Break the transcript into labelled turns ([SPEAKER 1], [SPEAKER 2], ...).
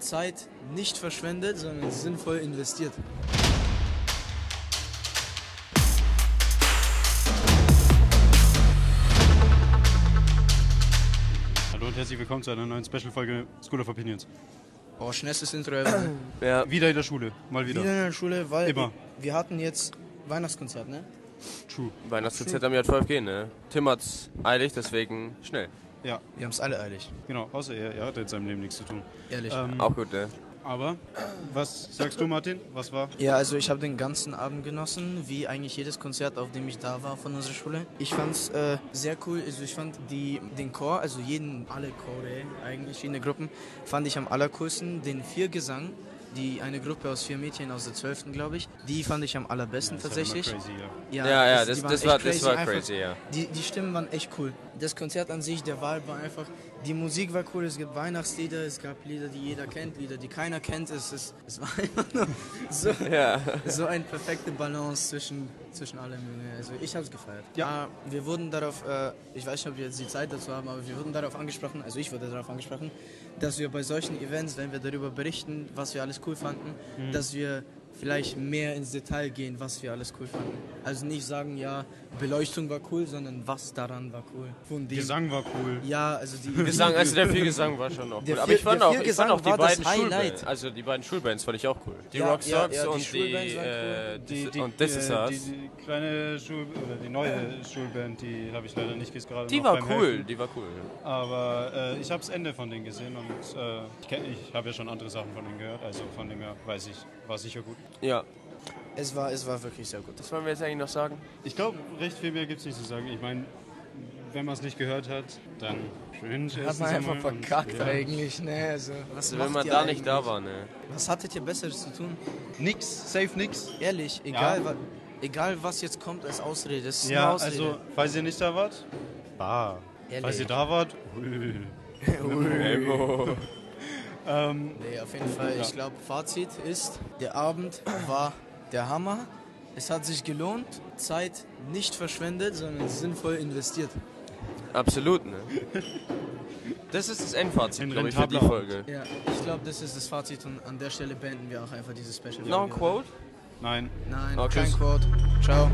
[SPEAKER 1] Zeit nicht verschwendet, sondern sinnvoll investiert.
[SPEAKER 2] Hallo und herzlich willkommen zu einer neuen Special-Folge School of Opinions.
[SPEAKER 1] Oh, schnellstes Intro ever.
[SPEAKER 3] Ja,
[SPEAKER 2] Wieder in der Schule, mal wieder.
[SPEAKER 1] Wieder in der Schule, weil
[SPEAKER 2] Immer.
[SPEAKER 1] wir hatten jetzt Weihnachtskonzert, ne?
[SPEAKER 2] True.
[SPEAKER 3] Weihnachtskonzert am J5G, ne? Tim hat's eilig, deswegen schnell.
[SPEAKER 2] Ja,
[SPEAKER 1] Wir haben es alle eilig.
[SPEAKER 2] genau. Außer er, er hat in seinem Leben nichts zu tun.
[SPEAKER 1] Ehrlich.
[SPEAKER 2] Ähm,
[SPEAKER 3] Auch gut, ne?
[SPEAKER 2] aber, was sagst du, Martin? Was war?
[SPEAKER 1] Ja, also ich habe den ganzen Abend genossen, wie eigentlich jedes Konzert, auf dem ich da war von unserer Schule. Ich fand's äh, sehr cool. Also ich fand die, den Chor, also jeden, alle Chore eigentlich in den Gruppen, fand ich am allercoolsten. Den Viergesang, die eine Gruppe aus vier Mädchen aus der 12. glaube ich, die fand ich am allerbesten
[SPEAKER 2] Ja, ist halt immer
[SPEAKER 1] tatsächlich.
[SPEAKER 2] Crazy, ja.
[SPEAKER 3] Ja, ja,
[SPEAKER 1] die
[SPEAKER 3] das-
[SPEAKER 1] waren
[SPEAKER 3] das
[SPEAKER 1] echt
[SPEAKER 3] war- das war
[SPEAKER 1] einfach.
[SPEAKER 3] crazy, ja.
[SPEAKER 1] Die, die Stimmen waren echt cool. Das Konzert an sich, der Vibe war einfach, die Musik war cool, es gibt Weihnachtslieder, es gab Lieder, die jeder kennt, Lieder, die keiner kennt. Es, es, es war einfach nur so,
[SPEAKER 3] Ja.
[SPEAKER 1] so eine perfekte Balance zwischen, zwischen allem. Junge. Also ich habe es gefeiert.
[SPEAKER 2] Ja.
[SPEAKER 1] Äh, wir wurden darauf, äh, ich weiß nicht, ob wir jetzt die Zeit dazu haben, aber wir wurden darauf angesprochen, also ich wurde darauf angesprochen, dass wir bei solchen Events, wenn wir darüber berichten, was wir alles cool fanden, dass wir vielleicht mehr ins Detail gehen, was wir alles cool fanden. Also nicht sagen, ja, Beleuchtung war cool, sondern was daran war cool. Von dem-
[SPEAKER 2] Gesang war cool.
[SPEAKER 1] Ja, also die
[SPEAKER 3] Gesang, also der Vielgesang war schon noch
[SPEAKER 1] Der
[SPEAKER 3] cool. Aber
[SPEAKER 1] Viel-
[SPEAKER 3] ich fand
[SPEAKER 1] der
[SPEAKER 3] auch, ich
[SPEAKER 1] Vielgesang
[SPEAKER 3] fand auch die
[SPEAKER 1] war das
[SPEAKER 3] beiden
[SPEAKER 1] Highlight.
[SPEAKER 3] Schulbands. Also die beiden Schulbands fand ich auch cool. Die
[SPEAKER 1] Ja,
[SPEAKER 3] Rock
[SPEAKER 1] ja,
[SPEAKER 3] Socks
[SPEAKER 1] ja, die
[SPEAKER 3] und die,
[SPEAKER 1] Schulbands waren cool.
[SPEAKER 3] äh, This- und This
[SPEAKER 2] äh,
[SPEAKER 3] Is Us.
[SPEAKER 2] die, die kleine Schul oder die neue Schulband, die habe ich leider nicht ges- gerade
[SPEAKER 3] Die
[SPEAKER 2] noch
[SPEAKER 3] war
[SPEAKER 2] beim
[SPEAKER 3] cool,
[SPEAKER 2] Helfen.
[SPEAKER 3] die war cool.
[SPEAKER 2] Aber äh, ich habe das Ende von denen gesehen und äh, ich, kenn- ich habe ja schon andere Sachen von denen gehört, also von dem her weiß ich, war sicher gut.
[SPEAKER 3] Ja.
[SPEAKER 1] es, war, es war wirklich sehr gut.
[SPEAKER 3] Was wollen wir jetzt eigentlich noch sagen?
[SPEAKER 2] Ich glaube, recht viel mehr gibt es nicht zu sagen. Ich meine, wenn man es nicht gehört hat, dann cringe
[SPEAKER 1] Hat
[SPEAKER 2] erstens
[SPEAKER 1] man einfach
[SPEAKER 2] einmal und-
[SPEAKER 1] verkackt
[SPEAKER 2] ja.
[SPEAKER 1] eigentlich, ne? Also, was
[SPEAKER 3] Wenn
[SPEAKER 1] macht
[SPEAKER 3] man
[SPEAKER 1] ihr
[SPEAKER 3] da nicht da
[SPEAKER 1] eigentlich?
[SPEAKER 3] war, ne?
[SPEAKER 1] Was hattet ihr Besseres zu tun?
[SPEAKER 2] Nix, safe nix.
[SPEAKER 1] Ehrlich, egal,
[SPEAKER 2] Ja.
[SPEAKER 1] wa egal was jetzt kommt als Ausrede, es ist
[SPEAKER 2] Ja,
[SPEAKER 1] eine Ausrede.
[SPEAKER 2] also, falls ihr nicht da wart, bah.
[SPEAKER 1] Ehrlich.
[SPEAKER 2] Falls ihr da wart, ui. ähm,
[SPEAKER 1] nee, auf jeden Fall, ich glaube, Fazit ist, der Abend war der Hammer. Es hat sich gelohnt, Zeit nicht verschwendet, sondern sinnvoll investiert.
[SPEAKER 3] Absolut, ne? Das ist das Endfazit,
[SPEAKER 2] Ein
[SPEAKER 3] glaube ich, für die
[SPEAKER 2] rentabler Abend.
[SPEAKER 3] Folge.
[SPEAKER 1] Ja, ich glaube, das ist das Fazit und an der Stelle beenden wir auch einfach dieses Special.
[SPEAKER 3] Noch ein
[SPEAKER 1] Folge, oder?
[SPEAKER 3] Quote?
[SPEAKER 2] nein.
[SPEAKER 1] Nein,
[SPEAKER 3] Oh,
[SPEAKER 1] kein
[SPEAKER 3] tschüss.
[SPEAKER 1] Quote. Ciao.